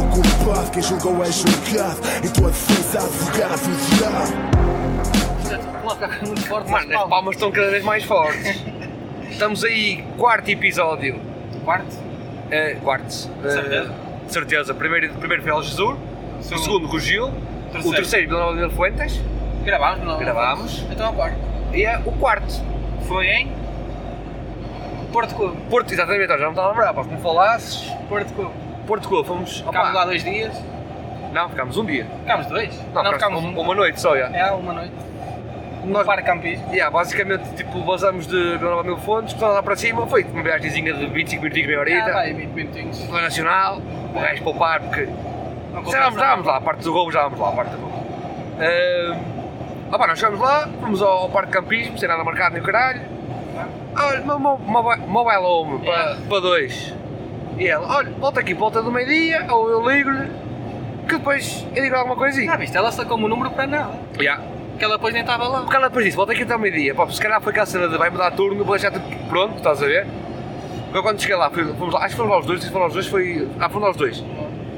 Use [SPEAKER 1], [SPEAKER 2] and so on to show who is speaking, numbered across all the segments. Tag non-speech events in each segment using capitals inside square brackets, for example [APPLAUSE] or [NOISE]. [SPEAKER 1] julgado, quem julgou é julgado. Em tua defesa, advogado, advogado.
[SPEAKER 2] placa tá muito forte.
[SPEAKER 3] Mano, as palmas estão cada vez mais fortes. Estamos aí, quarto episódio.
[SPEAKER 2] Quarto.
[SPEAKER 3] Eh, quarto. Eh,
[SPEAKER 2] Certeza.
[SPEAKER 3] certeza. Primeiro, primeiro foi El Jesus. O
[SPEAKER 2] Segundo.
[SPEAKER 3] segundo com o Gil. O
[SPEAKER 2] Terceiro.
[SPEAKER 3] terceiro, Vila Nova de Fuentes.
[SPEAKER 2] Gravámos, não?
[SPEAKER 3] Gravámos.
[SPEAKER 2] Então é o quarto.
[SPEAKER 3] E eh, o quarto.
[SPEAKER 2] Foi em. Porto Clube.
[SPEAKER 3] Porto, exatamente, ó, já não estava a lembrar, pá, como falasses.
[SPEAKER 2] Porto Clube.
[SPEAKER 3] Porto Coelho, fomos. opá,
[SPEAKER 2] Ficámos lá dois dias.
[SPEAKER 3] Não, ficámos um dia.
[SPEAKER 2] Ficámos dois?
[SPEAKER 3] Não, ficámos um- uma, uma noite só, já.
[SPEAKER 2] É, uma noite. No
[SPEAKER 3] Nós-
[SPEAKER 2] Parque Campismo.
[SPEAKER 3] Yeah, basicamente, tipo, vazamos de Vila Nova de Mil Fontes, começamos lá para cima, foi uma viagemzinha de 25 minutinhos, meia
[SPEAKER 2] Ah,
[SPEAKER 3] horita.
[SPEAKER 2] vai, 20 minutinhos.
[SPEAKER 3] Plano Nacional, o gajo para o par, porque
[SPEAKER 2] Não
[SPEAKER 3] Já vamos,
[SPEAKER 2] compensa.
[SPEAKER 3] já vamos lá, a parte do roubo, já vamos lá, a parte do roubo. Ah, pá, nós chegamos lá, fomos ao, ao parque de campismo, sem nada marcado nem o caralho. Olha, mo- mo- mobile, mobile home, para
[SPEAKER 2] Yeah.
[SPEAKER 3] dois. E ela, olha, volta aqui, volta do meio-dia, ou eu ligo-lhe, que depois eu digo alguma
[SPEAKER 2] Ah,
[SPEAKER 3] coisinha.
[SPEAKER 2] viste, ela sacou-me o número para nada.
[SPEAKER 3] Yeah.
[SPEAKER 2] Que ela depois nem estava lá.
[SPEAKER 3] Porque ela depois disse, volta aqui até ao meio-dia. Pá, se calhar foi aquela cena de vai mudar turno, vou deixar tipo pronto, estás a ver? Porque quando cheguei lá, fui- fomos lá, acho que fomos lá os dois, se foram lá os dois, foi. Ah, fomos lá os dois.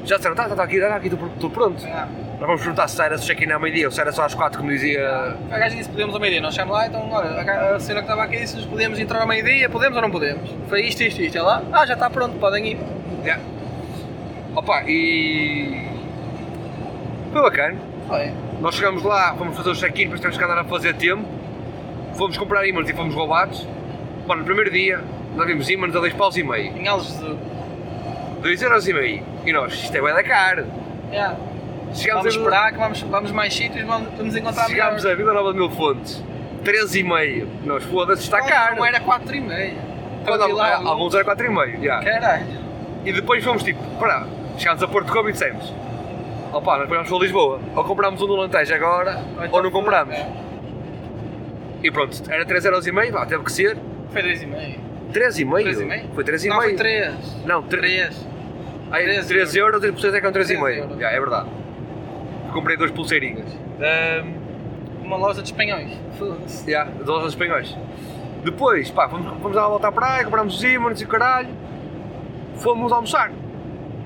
[SPEAKER 3] Já disseram, tá, tá, tá aqui, tá aqui, estou pronto.
[SPEAKER 2] Ah.
[SPEAKER 3] Nós vamos perguntar se era se o check-in é ao meio-dia ou se era só às quatro, como dizia.
[SPEAKER 2] A gaja disse podemos ao meio-dia, nós chegámos lá, então olha, a ga- a senhora que estava aqui disse-nos podemos entrar ao meio-dia, podemos ou não podemos? Foi isto, isto, isto. Ela, ah, já está pronto, podem ir.
[SPEAKER 3] Yeah. Opa, e. Foi bacana.
[SPEAKER 2] Foi.
[SPEAKER 3] Nós chegamos lá, fomos fazer o check-in, depois tivemos que andar a fazer tempo. Fomos comprar ímãs e fomos roubados. Bom, no primeiro dia, nós vimos ímãs a dois paus e meio.
[SPEAKER 2] Em Alves de...
[SPEAKER 3] 2 euros e meio. E nós, isto é bué da caro.
[SPEAKER 2] Yeah.
[SPEAKER 3] Chegámos,
[SPEAKER 2] Vamos
[SPEAKER 3] a,
[SPEAKER 2] esperar que vamos, vamos mais sítios, vamos, vamos encontrar
[SPEAKER 3] chegámos
[SPEAKER 2] melhor.
[SPEAKER 3] a Vila Nova de Mil Fontes. 13 e meio. Nós, foda-se, está
[SPEAKER 2] Não,
[SPEAKER 3] Tá caro.
[SPEAKER 2] Não era 4 e meia.
[SPEAKER 3] Quando,
[SPEAKER 2] Então, lá, é
[SPEAKER 3] há- alguns era 4 e meio. yeah.
[SPEAKER 2] Caralho.
[SPEAKER 3] E depois fomos tipo, para chegámos a Porto Covo e dissemos Opa, nós vamos para Lisboa, ou comprámos um do Lantejo agora, ou,
[SPEAKER 2] então
[SPEAKER 3] não
[SPEAKER 2] foi-
[SPEAKER 3] comprámos.
[SPEAKER 2] é.
[SPEAKER 3] E pronto, era 3,5€, vá, teve que ser.
[SPEAKER 2] Foi 2 e meia.
[SPEAKER 3] 3,5€?
[SPEAKER 2] 3,5?
[SPEAKER 3] Foi 3,5€.
[SPEAKER 2] Não, foi 3.
[SPEAKER 3] Não, 3.
[SPEAKER 2] 3.
[SPEAKER 3] Aí,
[SPEAKER 2] 13
[SPEAKER 3] 3 euros, 3 pessoas é que é um
[SPEAKER 2] 13
[SPEAKER 3] 3,5€.
[SPEAKER 2] euros.
[SPEAKER 3] Já, é verdade. Comprei duas pulseirinhas. Ahm,
[SPEAKER 2] Ehm, Uma loja de espanhóis. Foda-se.
[SPEAKER 3] Já, dos lojas espanhóis. Depois, pá, fomos, fomos dar uma volta à praia, comprámos os ímãs e o caralho. Fomos almoçar.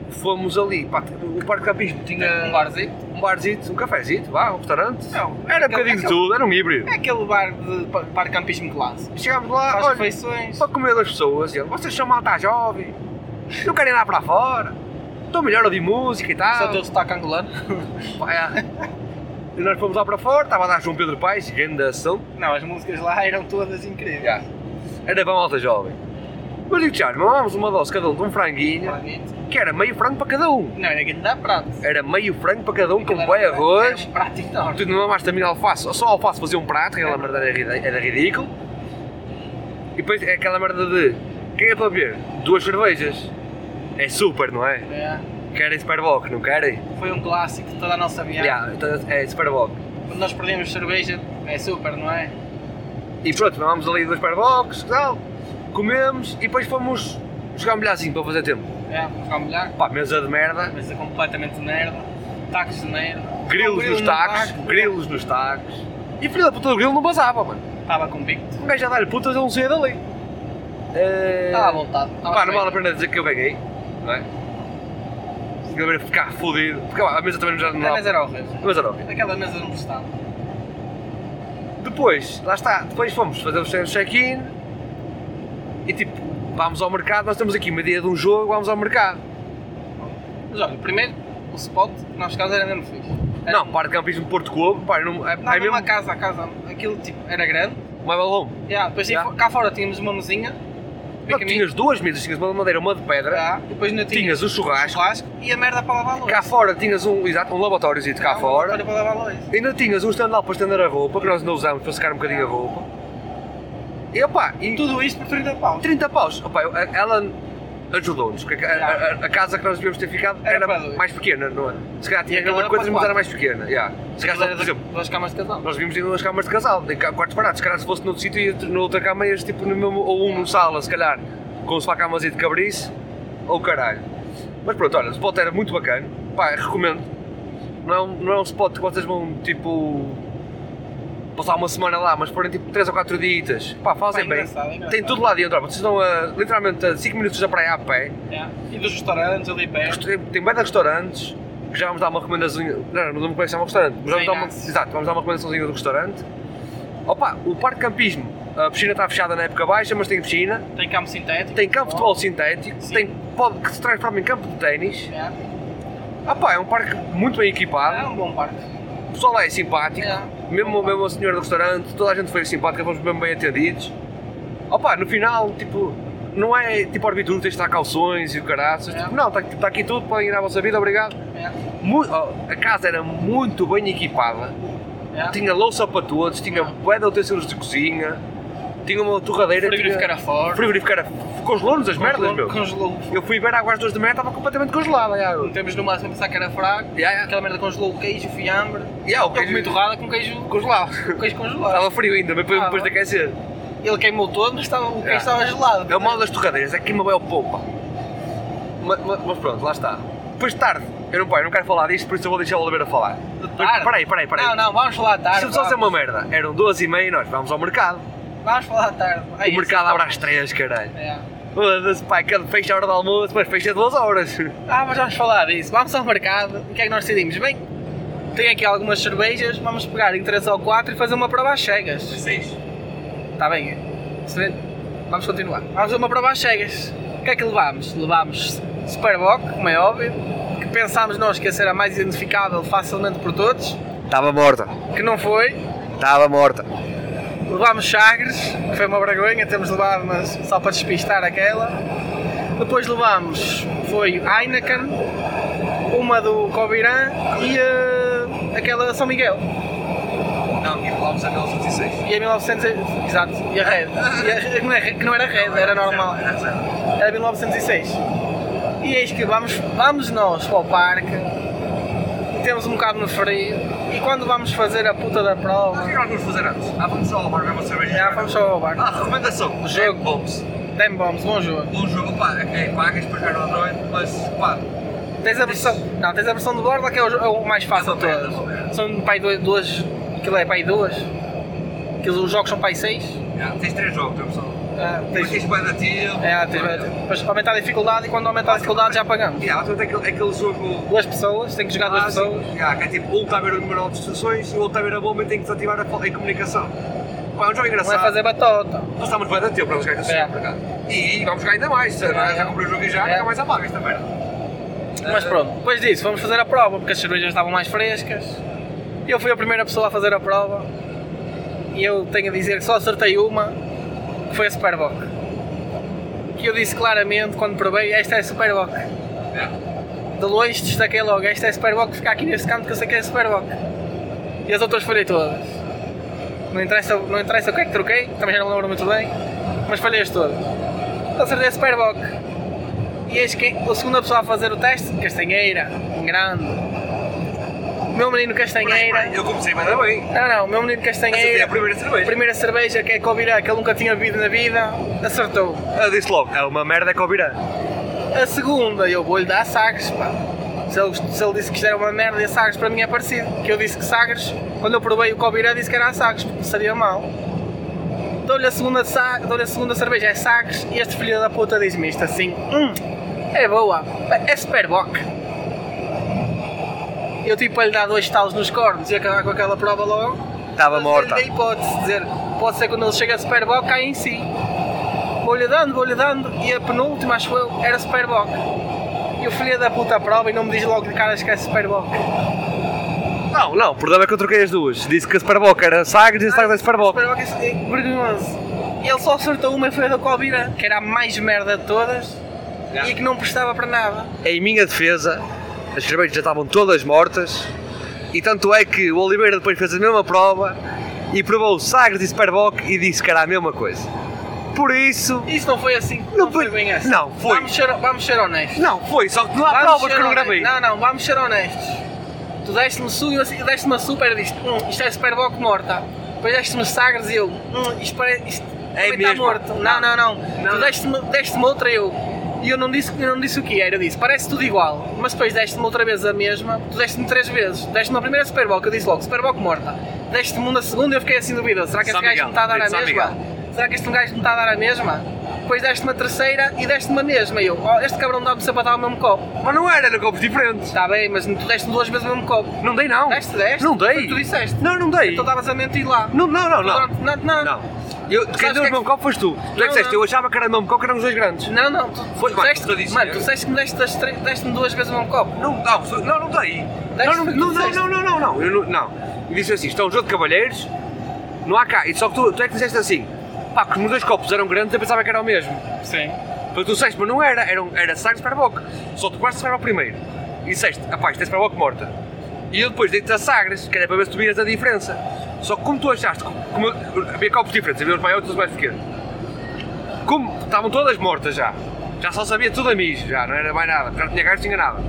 [SPEAKER 3] Fomos ali, pá, o Parque de Campismo tinha
[SPEAKER 2] Um barzinho.
[SPEAKER 3] um barzito, um cafezito, vá, um restaurante.
[SPEAKER 2] Não,
[SPEAKER 3] era um
[SPEAKER 2] aquele-
[SPEAKER 3] bocadinho de
[SPEAKER 2] aquele-
[SPEAKER 3] tudo, era um híbrido.
[SPEAKER 2] É aquele bar de pa- parque campismo clássico.
[SPEAKER 3] Chegámos lá,
[SPEAKER 2] Faz
[SPEAKER 3] Ah, olha,
[SPEAKER 2] refeições.
[SPEAKER 3] só comeu duas pessoas, e ele, vocês são malta jovem, não querem ir lá para fora, estão melhor a ouvir música e
[SPEAKER 2] Ah, Só
[SPEAKER 3] tal.
[SPEAKER 2] teu sotaque angolano. [LAUGHS]
[SPEAKER 3] Pá, é. E nós fomos lá para fora, estava a dar João Pedro Paes, grande ação.
[SPEAKER 2] Não, as músicas lá eram todas incríveis.
[SPEAKER 3] Já. Era bom malta jovem. Mas digo já, mamámos uma dose cada um de um franguinho,
[SPEAKER 2] Não,
[SPEAKER 3] que era meio frango para cada um.
[SPEAKER 2] era grande da prato.
[SPEAKER 3] Era meio frango para cada É um, com
[SPEAKER 2] Aquilo
[SPEAKER 3] boi
[SPEAKER 2] era-
[SPEAKER 3] arroz.
[SPEAKER 2] Era um prato enorme.
[SPEAKER 3] Tu não amaste também alface, só alface fazia um prato, aquela merda era, rid- era ridículo. E depois é aquela merda de. Quem é para beber? Duas cervejas. É super, não é?
[SPEAKER 2] É.
[SPEAKER 3] Querem Superboc, não querem?
[SPEAKER 2] Foi um clássico de toda a nossa viagem.
[SPEAKER 3] Yeah, então é Superboc.
[SPEAKER 2] Quando nós perdemos cerveja, é super, não é?
[SPEAKER 3] E pronto, tomámos ali dois Superbocs, tal, comemos e depois fomos jogar um bilharzinho para fazer tempo.
[SPEAKER 2] É, vamos ficar melhor.
[SPEAKER 3] Pá, mesa de merda,
[SPEAKER 2] Mas é completamente de merda. Tacos de merda.
[SPEAKER 3] grilos
[SPEAKER 2] Grilo
[SPEAKER 3] nos
[SPEAKER 2] no
[SPEAKER 3] tacos,
[SPEAKER 2] barco.
[SPEAKER 3] grilos nos tacos. E filho da puta do grilo não basava, mano.
[SPEAKER 2] Estava convicto.
[SPEAKER 3] Um gajo a dar-lhe putas, ele não saía dali. Eh,
[SPEAKER 2] Estava à vontade. Estava
[SPEAKER 3] Pá, não
[SPEAKER 2] bem.
[SPEAKER 3] vale a pena dizer que eu peguei, não é? Se eu ficar fodido, porque pá, a mesa também já não dá.
[SPEAKER 2] A mesa era horrível.
[SPEAKER 3] Mas é- era ok.
[SPEAKER 2] Aquela mesa não prestava.
[SPEAKER 3] Depois, lá está, depois fomos fazer o check-in e tipo, vamos ao mercado, nós temos aqui uma ideia de um jogo, vamos ao mercado.
[SPEAKER 2] Mas olha, primeiro, o spot que nós ficámos era mesmo fixe. Era
[SPEAKER 3] Não, Parque de Campismo Porto Covo, pá, É. não, é,
[SPEAKER 2] Não,
[SPEAKER 3] é
[SPEAKER 2] mesmo
[SPEAKER 3] mesmo
[SPEAKER 2] a casa, a casa, aquilo tipo, era grande.
[SPEAKER 3] mobile home.
[SPEAKER 2] Yeah, depois aí
[SPEAKER 3] Yeah.
[SPEAKER 2] fo- cá fora tínhamos uma mesinha.
[SPEAKER 3] Não,
[SPEAKER 2] bem caminho.
[SPEAKER 3] tinhas duas mesas, tinhas uma de madeira, uma de pedra,
[SPEAKER 2] Yeah, Depois ainda
[SPEAKER 3] tinhas
[SPEAKER 2] tínhamos
[SPEAKER 3] o churrasco,
[SPEAKER 2] churrasco e a merda para lavar a louça.
[SPEAKER 3] cá fora tinhas um, exato, um laboratório cá
[SPEAKER 2] Ah, uma
[SPEAKER 3] fora,
[SPEAKER 2] loucura Para lavar a louça.
[SPEAKER 3] Ainda tinhas um stand-up para estender a roupa, que nós não usámos para secar um bocadinho a roupa. E opá, e
[SPEAKER 2] Tudo isto por 30 paus.
[SPEAKER 3] 30 paus. Opá, eu- a- ela ajudou-nos, porque a, a- a- a casa que nós devíamos ter ficado
[SPEAKER 2] Era
[SPEAKER 3] era,
[SPEAKER 2] para dois.
[SPEAKER 3] mais pequena, não é? Se calhar tinha
[SPEAKER 2] E aquela
[SPEAKER 3] aquela
[SPEAKER 2] era
[SPEAKER 3] coisa,
[SPEAKER 2] para
[SPEAKER 3] mas era
[SPEAKER 2] quatro.
[SPEAKER 3] mais pequena. yeah. Se
[SPEAKER 2] Aquilo
[SPEAKER 3] calhar,
[SPEAKER 2] era
[SPEAKER 3] por exemplo,
[SPEAKER 2] duas camas de casal.
[SPEAKER 3] nós vimos em duas camas de casal, em ca- quartos parados. Se calhar se fosse noutro sítio, ia ter- na outra cama ias tipo no mesmo, ou um numa sala, se calhar, com um sofá camazinho de cabriço, ou caralho. Mas pronto, olha, o spot era muito bacana, pá, recomendo. Não é, um, não é um spot que vocês vão tipo. passar uma semana lá, mas forem tipo 3 ou 4 dias, pá, fazem
[SPEAKER 2] Pá,
[SPEAKER 3] bem.
[SPEAKER 2] engraçado, engraçado.
[SPEAKER 3] Tem tudo lá dentro, ó, vocês estão a, literalmente a 5 minutos da praia a pé,
[SPEAKER 2] Yeah. E dos É. restaurantes ali perto.
[SPEAKER 3] Resta- tem bem de restaurantes, que já vamos dar uma recomendação. Não, não vamos começar um restaurante. mas Vamos dar uma,
[SPEAKER 2] Sim,
[SPEAKER 3] exato, vamos dar uma recomendaçãozinha do restaurante. Opa, o parque de campismo. A piscina está fechada na época baixa, mas tem piscina.
[SPEAKER 2] Tem campo sintético.
[SPEAKER 3] Tem campo de futebol sintético.
[SPEAKER 2] Sim.
[SPEAKER 3] Tem pode que se transforma em campo de ténis.
[SPEAKER 2] É,
[SPEAKER 3] Opa, é um parque muito bem
[SPEAKER 2] é
[SPEAKER 3] equipado.
[SPEAKER 2] um bom parque.
[SPEAKER 3] O pessoal lá é simpático.
[SPEAKER 2] É.
[SPEAKER 3] Mesmo, mesmo a senhora do restaurante, toda a gente foi simpática, fomos mesmo bem atendidos. Opa, no final, tipo, não é tipo arbitro, tens de estar calções e o caraças.
[SPEAKER 2] É.
[SPEAKER 3] Tipo, não, está aqui tudo, podem ir à vossa vida, obrigado.
[SPEAKER 2] É,
[SPEAKER 3] Mu- oh, a casa era muito bem equipada,
[SPEAKER 2] é.
[SPEAKER 3] tinha louça para todos, tinha bué de utensílios de cozinha, tinha uma torradeira,
[SPEAKER 2] frigorífico
[SPEAKER 3] tinha...
[SPEAKER 2] era forte.
[SPEAKER 3] frigorífico era congelou-nos as merdas, meu.
[SPEAKER 2] Congelou.
[SPEAKER 3] Eu fui ver a água às duas da manhã, estava completamente congelada a água.
[SPEAKER 2] Temos no máximo a pensar que era fraco.
[SPEAKER 3] Ya, ya.
[SPEAKER 2] Aquela merda congelou o queijo, o fiambre.
[SPEAKER 3] Ya, É. o
[SPEAKER 2] Eu
[SPEAKER 3] queijo-
[SPEAKER 2] comi torrada com queijo,
[SPEAKER 3] Congelado.
[SPEAKER 2] com queijo congelado.
[SPEAKER 3] Estava frio ainda, mas depois,
[SPEAKER 2] Ah,
[SPEAKER 3] depois de
[SPEAKER 2] bom.
[SPEAKER 3] aquecer.
[SPEAKER 2] Ele queimou todo, mas estava, o queijo
[SPEAKER 3] Ya.
[SPEAKER 2] estava gelado.
[SPEAKER 3] É o mal das torradeiras, é que queima bem o poupa. Mas, mas- mas pronto, lá está. Depois de tarde, eu não, pai, não quero falar disto, por isso eu vou deixar o Oliveira falar. Mas,
[SPEAKER 2] Tarde.
[SPEAKER 3] peraí, peraí, peraí.
[SPEAKER 2] Não, não, vamos falar à tarde.
[SPEAKER 3] Deixa-me só dizer
[SPEAKER 2] vá.
[SPEAKER 3] uma merda. Eram duas e meia e nós vamos ao mercado.
[SPEAKER 2] Vamos falar à tarde. É
[SPEAKER 3] o
[SPEAKER 2] isso.
[SPEAKER 3] mercado abre às três, caralho.
[SPEAKER 2] É.
[SPEAKER 3] Foda-se, pá, cada fecha a hora do almoço, mas fecha duas horas.
[SPEAKER 2] Ah, mas vamos falar disso. Vamos ao mercado. O que é que nós decidimos? Bem, tem aqui algumas cervejas. Vamos pegar em 3 ou 4 e fazer uma prova às cegas.
[SPEAKER 3] Seis.
[SPEAKER 2] Está bem? é? Excelente. Vamos continuar. Vamos fazer uma prova às cegas. O que é que levámos? Levámos Superbock, como é óbvio, que pensámos nós que essa era a mais identificável facilmente por todos,
[SPEAKER 3] Estava morta,
[SPEAKER 2] que não foi.
[SPEAKER 3] estava morta.
[SPEAKER 2] Levámos Chagres, que foi uma vergonha, temos levado, mas só para despistar aquela. Depois levámos, foi Heineken, uma do Covirã e eh, aquela São Miguel.
[SPEAKER 3] Não, e falámos aquelas 16.
[SPEAKER 2] E a 1900, e- exato, e a Red. E a- que não é- que não era Red, era normal. Era 1906. E eis que vamos, vamos nós para o parque, temos um bocado no frio, e quando vamos fazer a puta da prova,
[SPEAKER 3] nós vamos fazer antes? Ah, vamos só ao bar, uma cerveja.
[SPEAKER 2] já vamos só ao
[SPEAKER 3] Ah,
[SPEAKER 2] bar.
[SPEAKER 3] recomendação. O
[SPEAKER 2] jogo.
[SPEAKER 3] Bombs.
[SPEAKER 2] Tem bombs, bom jogo.
[SPEAKER 3] Um jogo, pá, é pagas para jogar no Android, mas pá,
[SPEAKER 2] Tens a versão, não, tens a versão de borda que é o, é o mais fácil de
[SPEAKER 3] Não, não, não,
[SPEAKER 2] todas.
[SPEAKER 3] não.
[SPEAKER 2] São pai duas, duas, aquilo é pai duas. Aquilo, os jogos são pai seis.
[SPEAKER 3] já, tens três jogos, temos só.
[SPEAKER 2] Ah,
[SPEAKER 3] Mas
[SPEAKER 2] tens,
[SPEAKER 3] tens bué da tempo.
[SPEAKER 2] é, tens, depois aumenta a dificuldade e quando aumenta a dificuldade já pagamos.
[SPEAKER 3] Já, portanto, aquele, aquele jogo
[SPEAKER 2] Duas pessoas, tem que jogar duas
[SPEAKER 3] básico,
[SPEAKER 2] pessoas.
[SPEAKER 3] já, que é tipo, ou está a ver o número de instruções, ou está a ver a bomba e tem que desativar a, fal- a comunicação. Pá, é um jogo
[SPEAKER 2] Não é
[SPEAKER 3] engraçado.
[SPEAKER 2] fazer batota.
[SPEAKER 3] Passámos bem da tempo para jogar esse
[SPEAKER 2] É.
[SPEAKER 3] jogo, por acaso. E, e vamos jogar ainda mais, se
[SPEAKER 2] É.
[SPEAKER 3] já comprei o jogo e já,
[SPEAKER 2] É.
[SPEAKER 3] nunca mais apaga esta merda.
[SPEAKER 2] Mas pronto, depois disso fomos fazer a prova porque as cervejas estavam mais frescas. Eu fui a primeira pessoa a fazer a prova e eu tenho a dizer que só acertei uma, que foi a Superboc. Que eu disse claramente quando provei, esta é a Superboc.
[SPEAKER 3] É.
[SPEAKER 2] De longe destaquei logo, esta é a Superboc, fica aqui neste canto que eu sei que é a Superboc. E as outras falhei todas. Não interessa, não interessa o que é que troquei, também já não lembro muito bem, mas falhei-as todas. Então, Acertei a Superboc. E eis que a segunda pessoa a fazer o teste, Castanheira, em grande. O meu menino Castanheira.
[SPEAKER 3] Eu comecei bem da bem.
[SPEAKER 2] Não, não, o meu menino
[SPEAKER 3] Acertei
[SPEAKER 2] Castanheira.
[SPEAKER 3] a primeira cerveja.
[SPEAKER 2] primeira cerveja que é Covirá, que ele nunca tinha bebido na vida, acertou.
[SPEAKER 3] Eu disse logo, é uma merda que ouvirá.
[SPEAKER 2] A segunda, eu vou-lhe dar Sagres, pá. Se ele, se ele disse que isto era uma merda, e Sagres para mim é parecido. Que eu disse que Sagres, quando eu provei o Covirá, disse que era a Sagres, porque seria mau. Dou-lhe a, segunda sa- dou-lhe a segunda cerveja, é Sagres, e este filho da puta diz-me isto assim: Hum, é boa, é Superboc. Eu tipo a lhe dar dois talos nos cornos e acabar com aquela prova logo.
[SPEAKER 3] Estava morta.
[SPEAKER 2] Dei hipótese de dizer, pode ser quando ele chega a Superboc, cai em si. Vou-lhe dando, vou-lhe dando, e a penúltima, acho eu, era Superboc. E o filho da puta prova e não me diz logo de cara que é Superboc.
[SPEAKER 3] Não, não, o problema é que eu troquei as duas. Disse que a Superboc era Sagres e a Sagres é Superboc.
[SPEAKER 2] Superboc é vergonhoso. Ele só acertou uma e foi a da Covira, que era a mais merda de todas e que não prestava para nada.
[SPEAKER 3] Em minha defesa, as cervejas já estavam todas mortas e tanto é que o Oliveira depois fez a mesma prova e provou Sagres e Superboc e disse que era a mesma coisa. Por isso,
[SPEAKER 2] Isso não foi assim, não,
[SPEAKER 3] Não
[SPEAKER 2] foi,
[SPEAKER 3] foi-
[SPEAKER 2] bem assim.
[SPEAKER 3] não, foi.
[SPEAKER 2] Vamos ser, vamos ser honestos.
[SPEAKER 3] não, foi, só que não há
[SPEAKER 2] Vamos
[SPEAKER 3] provas
[SPEAKER 2] ser
[SPEAKER 3] que eu não
[SPEAKER 2] honestos.
[SPEAKER 3] gravei.
[SPEAKER 2] Não, não, vamos ser honestos. Tu deste-me su, eu assim- deste-me a super e disse, hum, isto é Superboc morta. Depois deste-me Sagres e eu, hum, isto, pare- isto também está
[SPEAKER 3] mesmo.
[SPEAKER 2] morto. Não, não, não.
[SPEAKER 3] Não.
[SPEAKER 2] Tu deste-me deste outra e eu. E eu não disse, eu não disse o que era, eu disse, parece tudo igual. Mas depois deste-me outra vez a mesma, tu deste-me três vezes. Deste-me a primeira Superboc, eu disse logo, Superboc morta. Deste-me uma segunda e eu fiquei assim dúvida, será que
[SPEAKER 3] São
[SPEAKER 2] este gajo
[SPEAKER 3] Miguel,
[SPEAKER 2] não está a dar a
[SPEAKER 3] disse São
[SPEAKER 2] mesma?
[SPEAKER 3] Miguel.
[SPEAKER 2] Será que este gajo não está a dar a mesma? depois deste-me a terceira e deste-me a mesma. E eu, oh, este cabrão dá-me sempre a dar o mesmo copo.
[SPEAKER 3] Mas não era, era copos diferentes.
[SPEAKER 2] Está Tá bem, mas tu deste duas vezes o mesmo copo.
[SPEAKER 3] Não dei, não.
[SPEAKER 2] Deste, deste.
[SPEAKER 3] Não dei.
[SPEAKER 2] Foi o que tu disseste.
[SPEAKER 3] Não, não dei.
[SPEAKER 2] Então estavas a mentir lá.
[SPEAKER 3] Não, não, não. Não.
[SPEAKER 2] Não, não.
[SPEAKER 3] não. Eu, quem deu
[SPEAKER 2] Sabes
[SPEAKER 3] o
[SPEAKER 2] que é
[SPEAKER 3] mesmo
[SPEAKER 2] que-
[SPEAKER 3] copo foste tu. Tu é que
[SPEAKER 2] Não,
[SPEAKER 3] disseste,
[SPEAKER 2] não.
[SPEAKER 3] eu achava que era o mesmo copo, que eram os dois grandes.
[SPEAKER 2] Não, não, tu, tu
[SPEAKER 3] Foi, vai,
[SPEAKER 2] disseste,
[SPEAKER 3] tu disse,
[SPEAKER 2] mano, tu
[SPEAKER 3] é.
[SPEAKER 2] disseste que me deste, das tre- deste-me duas vezes o mesmo copo.
[SPEAKER 3] Não, não, foi- não, não dei.
[SPEAKER 2] Deste
[SPEAKER 3] Não,
[SPEAKER 2] foi
[SPEAKER 3] não,
[SPEAKER 2] o que
[SPEAKER 3] não,
[SPEAKER 2] tu
[SPEAKER 3] não,
[SPEAKER 2] disseste.
[SPEAKER 3] não, não, não, não. Eu não, não. E disse assim, isto é um jogo de cavalheiros, não há cá. E só que tu, tu é que disseste assim, pá, que os meus dois copos eram grandes, eu pensava que era o mesmo.
[SPEAKER 2] Sim.
[SPEAKER 3] Mas tu disseste, mas não era, era, um- era sangue de Superboc. Só tu quase o primeiro. E disseste, rapaz, isto é Superboc morta. E eu depois dei-te a Sagres, que era para ver se tu vias a diferença. Só que como tu achaste, que- como eu- havia copos diferentes, havia uns maiores e outros mais pequenos. Como estavam todas mortas já, já só sabia tudo a mim, já não era mais nada, já não tinha gás, não tinha nada.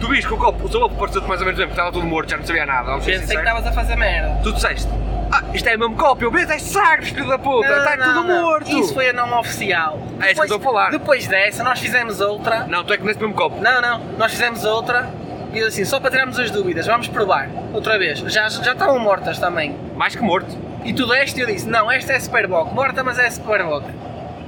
[SPEAKER 3] Tu viste que o copo, o teu copo pareceu-te mais ou menos bem, porque estava tudo morto, já não sabia nada. Vamos ser
[SPEAKER 2] Pensei que
[SPEAKER 3] sinceros.
[SPEAKER 2] estavas a fazer merda.
[SPEAKER 3] Tu disseste, ah, isto é o mesmo copo, eu vejo, é Sagres, filho da puta, está tudo morto.
[SPEAKER 2] Isso foi a não oficial.
[SPEAKER 3] É isso que eu estou a falar.
[SPEAKER 2] Depois dessa, nós fizemos outra.
[SPEAKER 3] Não, tu é que neste mesmo copo.
[SPEAKER 2] Não, não, nós fizemos outra. E eu assim, só para tirarmos as dúvidas, vamos provar. Outra vez. Já, já estavam mortas também.
[SPEAKER 3] Mais que morto.
[SPEAKER 2] E tu deste e eu disse, não, esta é Superbock. Morta, mas é Superbock.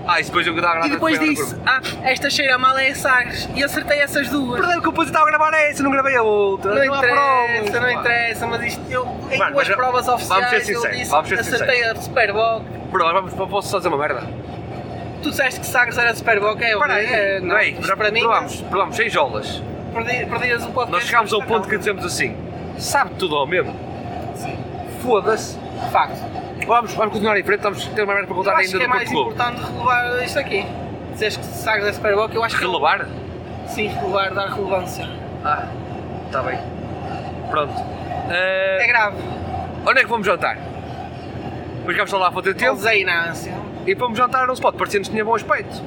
[SPEAKER 3] Ah, e depois eu dava a
[SPEAKER 2] E
[SPEAKER 3] granada
[SPEAKER 2] depois
[SPEAKER 3] de
[SPEAKER 2] disse,
[SPEAKER 3] pé
[SPEAKER 2] ah, esta cheira mal é a Sagres. E acertei essas
[SPEAKER 3] na
[SPEAKER 2] duas.
[SPEAKER 3] curva. O problema é que eu depois estava a gravar essa, não gravei a outra.
[SPEAKER 2] Não
[SPEAKER 3] há provas,
[SPEAKER 2] interessa, não
[SPEAKER 3] pá.
[SPEAKER 2] interessa, mas isto eu. Em
[SPEAKER 3] Mano,
[SPEAKER 2] duas
[SPEAKER 3] mas
[SPEAKER 2] provas
[SPEAKER 3] vamos ser
[SPEAKER 2] oficiais eu
[SPEAKER 3] sinceros,
[SPEAKER 2] disse
[SPEAKER 3] vamos ser
[SPEAKER 2] acertei a Superbock.
[SPEAKER 3] Pronto, vamos, vamos- posso só dizer uma merda?
[SPEAKER 2] Tu disseste que Sagres era Superbock, é
[SPEAKER 3] Para aí,
[SPEAKER 2] é,
[SPEAKER 3] não é?
[SPEAKER 2] isto
[SPEAKER 3] Já
[SPEAKER 2] para mim,
[SPEAKER 3] Provámos, provámos sem jolas.
[SPEAKER 2] perdi- perdias o podcast.
[SPEAKER 3] Nós chegámos ao
[SPEAKER 2] Não.
[SPEAKER 3] ponto que dizemos assim: sabe tudo ao mesmo? Foda-se.
[SPEAKER 2] Facto.
[SPEAKER 3] Vamos, vamos continuar em frente, estamos ter uma merda para
[SPEAKER 2] Eu
[SPEAKER 3] contar
[SPEAKER 2] acho
[SPEAKER 3] ainda
[SPEAKER 2] que é
[SPEAKER 3] do
[SPEAKER 2] mais
[SPEAKER 3] Porto Clube.
[SPEAKER 2] importante relevar isto aqui. Dizeste que Sagres é Superbock, eu acho que.
[SPEAKER 3] Relevar?
[SPEAKER 2] Sim, relevar, dar relevância.
[SPEAKER 3] Ah, está bem. Pronto.
[SPEAKER 2] É
[SPEAKER 3] Eh,
[SPEAKER 2] grave.
[SPEAKER 3] onde é que vamos jantar? Depois cá lá a fazer
[SPEAKER 2] Eu... O
[SPEAKER 3] tempo
[SPEAKER 2] Zé Inácio.
[SPEAKER 3] e fomos jantar num spot, parecia-nos que tinha bom aspecto.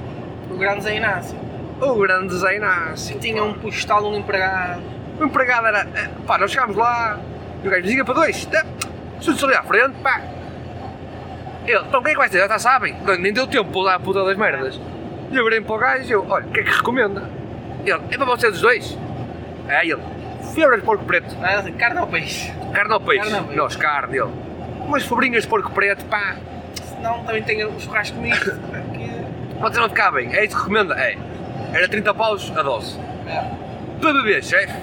[SPEAKER 2] O grande Zé Inácio.
[SPEAKER 3] O grande Zé Inácio.
[SPEAKER 2] Que tinha um postal, um empregado.
[SPEAKER 3] O empregado era. eh, Pá, nós chegámos lá. E o gajo dizia para dois. tá? Se eu ali à frente, pá. Ele, então quem é que vai ser? Já tá, sabem. Não, Nem deu tempo para usar a puta das merdas. E eu virei para o gajo e eu, olha, o que é que recomenda? Ele, é para vocês os dois? É ele, febras de porco preto,
[SPEAKER 2] Não é? Carne ou peixe?
[SPEAKER 3] carne ao peixe.
[SPEAKER 2] Carne ao peixe.
[SPEAKER 3] Nós, carne, ele. Umas sobrinhas de porco preto, pá.
[SPEAKER 2] Senão também tenho um churrasco misto. que-
[SPEAKER 3] Vocês não ficar bem, é isso que recomenda? É. Era 30 paus a dose.
[SPEAKER 2] É.
[SPEAKER 3] Para beber, chefe.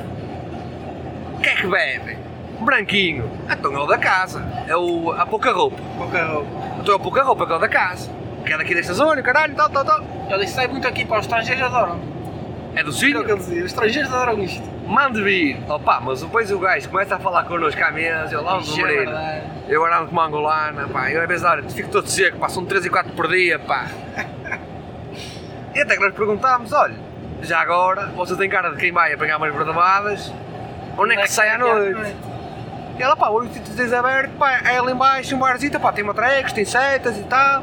[SPEAKER 3] O que é que bebe? Branquinho. Então é o da casa. É o. a pouca roupa.
[SPEAKER 2] Pouca roupa.
[SPEAKER 3] Então é o pouca roupa que é o da casa. Que é daqui desta zona, o caralho, tal, tal, tal.
[SPEAKER 2] Eu disse, sai muito aqui para os estrangeiros adoram.
[SPEAKER 3] É do
[SPEAKER 2] Era o que
[SPEAKER 3] sítio?
[SPEAKER 2] eu dizia, os estrangeiros adoram isto.
[SPEAKER 3] Mande vir. Opa, mas depois o gajo começa a falar connosco à mesa, eu lá um
[SPEAKER 2] Isto é
[SPEAKER 3] Moreira.
[SPEAKER 2] verdade.
[SPEAKER 3] Eu arando com uma angolana, pá. Eu às vezes, olha, fico todo seco, pá. São 3 e 4 por dia, pá. [LAUGHS] E até que nós perguntámos, olha, já agora, você tem cara de quem vai apanhar umas bradamadas? Onde é que sai à noite? E ela, pá, o único sítio que tens aberto, pá, é ali embaixo, um barzito, pá, tem matrecos, tem setas e tal.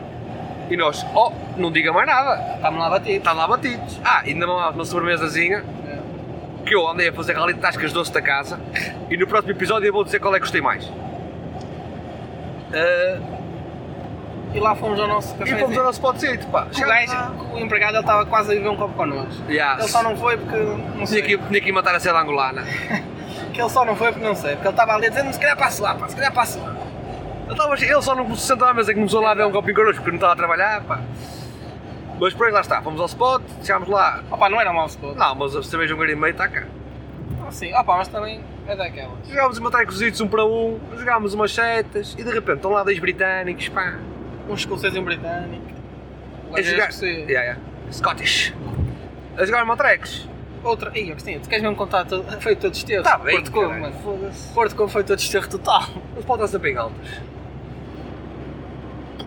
[SPEAKER 3] E nós, oh, não diga mais nada,
[SPEAKER 2] Está-me lá batido.
[SPEAKER 3] está lá batidos. Ah, ainda mamámos uma sobremesazinha, que eu andei a fazer rally de tascas doce da casa, e no próximo episódio eu vou dizer qual é que gostei mais. Ah,
[SPEAKER 2] E lá fomos ao nosso café.
[SPEAKER 3] e fomos ao nosso spot sítio, pá.
[SPEAKER 2] é O gajo, o empregado, ele estava quase a beber um copo connosco.
[SPEAKER 3] Ya,
[SPEAKER 2] Ele só não foi porque. Não
[SPEAKER 3] Tinha
[SPEAKER 2] sei.
[SPEAKER 3] que, tinha que matar a seda angolana.
[SPEAKER 2] Que ele só não foi porque não sei. Porque ele estava ali a dizer, se calhar passo lá, pá, se calhar passo lá.
[SPEAKER 3] Eu tava- ele só não se sentava à mesa que começou lá a ver um copinho connosco, porque não estava a trabalhar, pá. Mas por aí lá está, fomos ao spot, chegámos lá.
[SPEAKER 2] Opa, não era mau spot.
[SPEAKER 3] Não, mas a cerveja um grande e meio está cá.
[SPEAKER 2] Não. Sim, opa, mas também é daquelas.
[SPEAKER 3] Jogámos a matar cozidos um para um, jogámos umas setas e de repente estão lá dois britânicos, pá.
[SPEAKER 2] Um escocês e um britânico. O
[SPEAKER 3] A
[SPEAKER 2] gajo era
[SPEAKER 3] É jogar.
[SPEAKER 2] escocês.
[SPEAKER 3] Yeah, yeah. Scottish. A jogar matrecos.
[SPEAKER 2] Outra. Ih, Agostinho, tu queres mesmo contar? tudo? Foi todo esterro.
[SPEAKER 3] Tá bem,
[SPEAKER 2] Porto Covo,
[SPEAKER 3] caralho.
[SPEAKER 2] mano. Foda-se. Porto Covo foi todo esterro total.
[SPEAKER 3] Os pau está sempre em altas.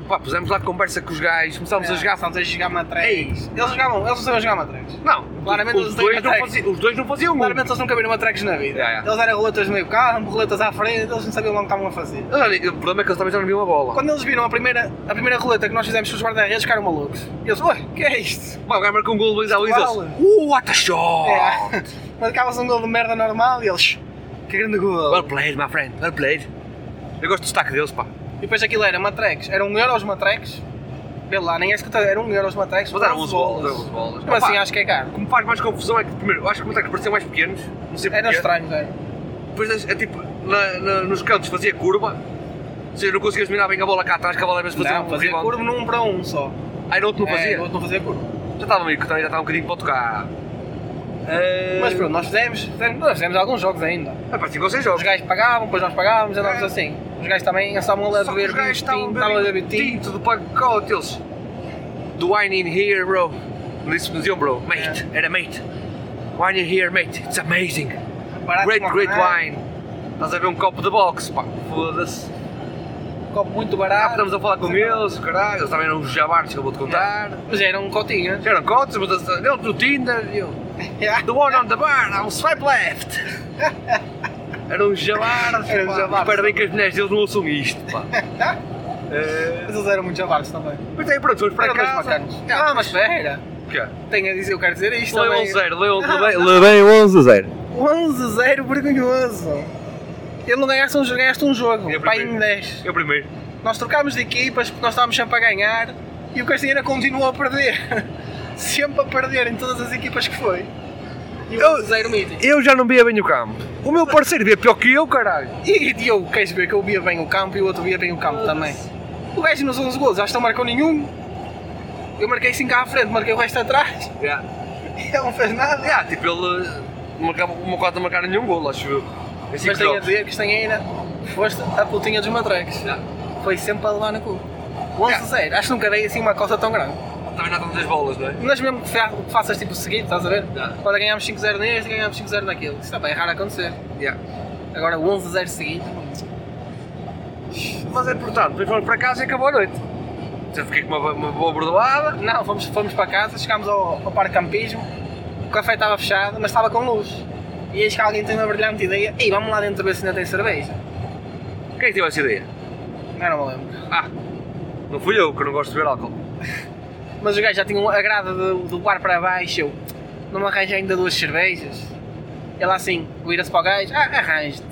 [SPEAKER 3] Pá, pusemos lá conversa com os gajos, começámos a jogar.
[SPEAKER 2] São a jogar
[SPEAKER 3] Ei.
[SPEAKER 2] matrex. Eles jogavam, eles não sabiam jogar matrex.
[SPEAKER 3] Não,
[SPEAKER 2] Claramente
[SPEAKER 3] os
[SPEAKER 2] eles têm
[SPEAKER 3] dois, não
[SPEAKER 2] matrecos.
[SPEAKER 3] faziam, os dois não faziam muito.
[SPEAKER 2] Claramente eles nunca viram matrex na vida.
[SPEAKER 3] Ya, ya.
[SPEAKER 2] Eles eram roletas no meio campo, roletas à frente, eles não sabiam lá o que estavam a fazer.
[SPEAKER 3] Olha, O problema é que eles também já não viam a bola.
[SPEAKER 2] Quando eles viram a primeira, a primeira roleta que nós fizemos com os guarda-redes, ficaram malucos. Eles, ué, que é isto?
[SPEAKER 3] Pá, o gajo marcou um gol dois a dois, eles,
[SPEAKER 2] Fala.
[SPEAKER 3] Uh, what a shot!
[SPEAKER 2] É. [LAUGHS] Marcavas um gol de merda normal e eles, que grande gol.
[SPEAKER 3] Well played, my friend, well played. Eu gosto do destaque deles, pá.
[SPEAKER 2] E depois aquilo era matrex, era um euro os matrex. Vê lá, nem é escuta, era um euro os matrex.
[SPEAKER 3] Vou dar
[SPEAKER 2] por
[SPEAKER 3] 11
[SPEAKER 2] 11
[SPEAKER 3] bolas. dar 11 bolas.
[SPEAKER 2] Mas
[SPEAKER 3] um Opa,
[SPEAKER 2] assim, acho que é caro.
[SPEAKER 3] O que me faz mais confusão é que, primeiro, eu acho que os matrecos pareciam mais pequenos, não sei
[SPEAKER 2] Era
[SPEAKER 3] porquê.
[SPEAKER 2] estranho, é? velho.
[SPEAKER 3] Depois, é tipo, na- na- nos cantos fazia curva, ou seja, não conseguias mirar bem a bola cá atrás, que a bola às vezes fazia
[SPEAKER 2] Não,
[SPEAKER 3] um
[SPEAKER 2] fazia
[SPEAKER 3] rebound.
[SPEAKER 2] curva num para um só.
[SPEAKER 3] Ah, era outro que não
[SPEAKER 2] É,
[SPEAKER 3] fazia?
[SPEAKER 2] não fazia curva.
[SPEAKER 3] Já estava meio que também já estava um bocadinho para tocar.
[SPEAKER 2] Mas pronto, nós fizemos, fizemos, nós fizemos alguns jogos ainda.
[SPEAKER 3] Ah, pá, cinco ou seis
[SPEAKER 2] Os
[SPEAKER 3] jogos.
[SPEAKER 2] gajos pagavam, depois nós pagávamos, andávamos
[SPEAKER 3] É.
[SPEAKER 2] assim. Os gajos também estavam a
[SPEAKER 3] Só que
[SPEAKER 2] beber
[SPEAKER 3] os gajos estavam
[SPEAKER 2] tinto, estavam a beber tinto.
[SPEAKER 3] tinto do pacote, eles. Do wine in here, bro. Disse- Diziam, bro,
[SPEAKER 2] É.
[SPEAKER 3] mate, era mate. Wine in here, mate, it's amazing.
[SPEAKER 2] Barato
[SPEAKER 3] Great,
[SPEAKER 2] como
[SPEAKER 3] great
[SPEAKER 2] caralho,
[SPEAKER 3] wine. Estás a ver um copo de boxe, pá, foda-se.
[SPEAKER 2] um Copo muito
[SPEAKER 3] Ah,
[SPEAKER 2] barato.
[SPEAKER 3] estamos a falar com eles, caralho, eles também eram os jabardos que eu vou-te contar.
[SPEAKER 2] Mas era um cotinho,
[SPEAKER 3] [LAUGHS]
[SPEAKER 2] né?
[SPEAKER 3] Já eram cotes, mas eles do Tinder e eu. "Ah, The one on the bar, I'll swipe
[SPEAKER 2] [LAUGHS]
[SPEAKER 3] left. Era um jabardo,
[SPEAKER 2] Era um
[SPEAKER 3] pá.
[SPEAKER 2] jabardo.
[SPEAKER 3] Espero bem que as mulheres deles não ouçam isto,
[SPEAKER 2] [LAUGHS]
[SPEAKER 3] pá. Eh,
[SPEAKER 2] Mas eles eram muito jabardos também.
[SPEAKER 3] Mas aí pronto, fomos para
[SPEAKER 2] Eram dois
[SPEAKER 3] casa.
[SPEAKER 2] macanos. Ah, mas espera.
[SPEAKER 3] O quê?
[SPEAKER 2] Tenho a dizer, eu quero dizer isto
[SPEAKER 3] Levei
[SPEAKER 2] também.
[SPEAKER 3] 11 0,
[SPEAKER 2] [LAUGHS]
[SPEAKER 3] levei 11 a 0.
[SPEAKER 2] 11-0, vergonhoso. Ele não ganhasse um, jogo, ganhaste um jogo.
[SPEAKER 3] Eu
[SPEAKER 2] Pai
[SPEAKER 3] primeiro.
[SPEAKER 2] em 10.
[SPEAKER 3] Eu primeiro.
[SPEAKER 2] Nós trocámos de equipas porque nós estávamos sempre a ganhar e o Castanheira continuou a perder. [LAUGHS] sempre a perder em todas as equipas que foi. E
[SPEAKER 3] Eu-
[SPEAKER 2] o 11-0 mítico.
[SPEAKER 3] Eu já não via bem o campo. O meu parceiro via pior que eu, caralho.
[SPEAKER 2] E Diogo, queres ver que eu via bem o campo e o outro via bem o campo também. O gajo nos 11 gols, acho que não marcou nenhum. Eu marquei 5 à frente, marquei o resto atrás. [LAUGHS]
[SPEAKER 3] Yeah.
[SPEAKER 2] Ele não fez nada.
[SPEAKER 3] Yeah, tipo, ele eh, não acaba- não quase não marcar nenhum golo, acho eu. Assim Em cinco
[SPEAKER 2] Mas tenho a
[SPEAKER 3] jogos.
[SPEAKER 2] dizer que Castanheira, foste a putinha dos matreques.
[SPEAKER 3] Yeah.
[SPEAKER 2] Foi sempre a levar no cu. 11 a 0, acho que nunca dei assim uma coça tão grande.
[SPEAKER 3] Também não há tantas bolas, não é?
[SPEAKER 2] Mas mesmo que fa- que faças tipo seguido, estás a ver?
[SPEAKER 3] Yeah.
[SPEAKER 2] Agora ganhámos 5-0 neste, ganhámos 5-0 naquele. Isso também é raro acontecer.
[SPEAKER 3] Yeah.
[SPEAKER 2] Agora 11 a 0 seguido.
[SPEAKER 3] Mas é portanto, depois fomos para casa e acabou a noite. Já fiquei com uma, uma boa bordoada.
[SPEAKER 2] Não, fomos, fomos para casa, chegámos ao, ao parque campismo, o café estava fechado, mas estava com luz. E eis que alguém tem uma brilhante ideia, ei, vamos lá dentro ver se ainda tem cerveja.
[SPEAKER 3] Quem é que teve essa ideia?
[SPEAKER 2] Não, não me lembro.
[SPEAKER 3] Ah, não fui eu que eu não gosto de beber álcool.
[SPEAKER 2] Mas os gajos já tinham a grada do, do bar para baixo, eu, não me arranjei ainda duas cervejas. Ele assim, vira-se para o gajo, ah, arranje-te.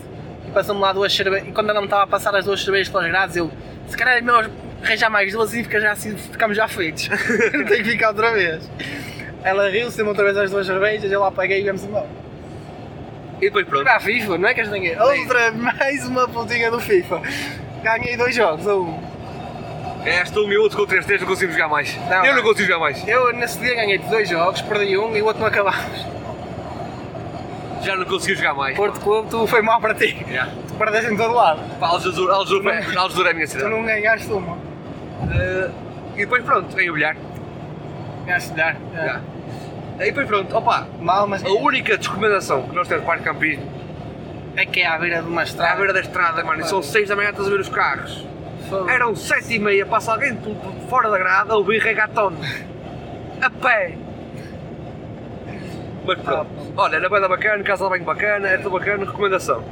[SPEAKER 2] E passou-me lá duas cervejas, e quando ela me estava a passar as duas cervejas pelas grades, eu, se calhar é melhor arranjar mais duas e fica já assim, ficamos já feitos. [LAUGHS] não tenho que ficar outra vez. Ela riu-se, deu-me outra vez as duas cervejas, eu lá apaguei e vemos embora.
[SPEAKER 3] E depois pronto.
[SPEAKER 2] Jogar FIFA, não é que ninguém. Outra, mais uma pontinha do FIFA. Ganhei dois jogos, ou um.
[SPEAKER 3] Ganhaste um e outro com o 3-3, não consigo jogar mais.
[SPEAKER 2] Não,
[SPEAKER 3] eu não
[SPEAKER 2] não.
[SPEAKER 3] consigo jogar mais.
[SPEAKER 2] Eu nesse dia ganhei dois jogos, perdi um e o outro não acabámos.
[SPEAKER 3] Já não consegui jogar mais.
[SPEAKER 2] Porto Clube, tu foi mal para ti.
[SPEAKER 3] Yeah.
[SPEAKER 2] Tu perdeste em todo lado.
[SPEAKER 3] Pá, Algesur, Algesur, Algesur é a minha
[SPEAKER 2] Tu
[SPEAKER 3] cidade.
[SPEAKER 2] não ganhaste uma.
[SPEAKER 3] Eh, e depois pronto, ganhei o bilhar.
[SPEAKER 2] Ganhaste dar.
[SPEAKER 3] Já. E depois pronto, opa,
[SPEAKER 2] É. Mal, mas
[SPEAKER 3] a única descomendação que nós temos para o campismo
[SPEAKER 2] é que é à beira de uma
[SPEAKER 3] à
[SPEAKER 2] estrada.
[SPEAKER 3] beira da estrada, mano, e são 6 da manhã, estás a ver os carros.
[SPEAKER 2] Fogo.
[SPEAKER 3] Eram um sete e meia, passa alguém por, por fora da grada a ouvir reggaeton. A pé. Mas pronto. Olha, era banda bacana, casa de banho bacana, é tudo bacana, recomendação.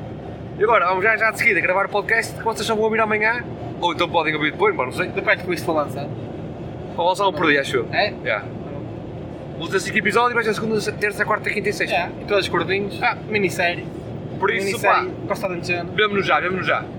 [SPEAKER 3] E agora, vamos já, já de seguida gravar o podcast que vocês só vão ouvir amanhã. Ou então podem ouvir depois, mas não sei.
[SPEAKER 2] Depende com isto foi lançado.
[SPEAKER 3] Ou lançar um por dia, acho eu.
[SPEAKER 2] É?
[SPEAKER 3] Já. Vou ter 5 episódios, mas na segunda, terça, quarta, quinta e sexta.
[SPEAKER 2] Já. E todos curtinhos. Ah, minissérie.
[SPEAKER 3] É. Por isso, pá,
[SPEAKER 2] Minissérie, passado em ano.
[SPEAKER 3] vemo-nos já, vemo-nos já.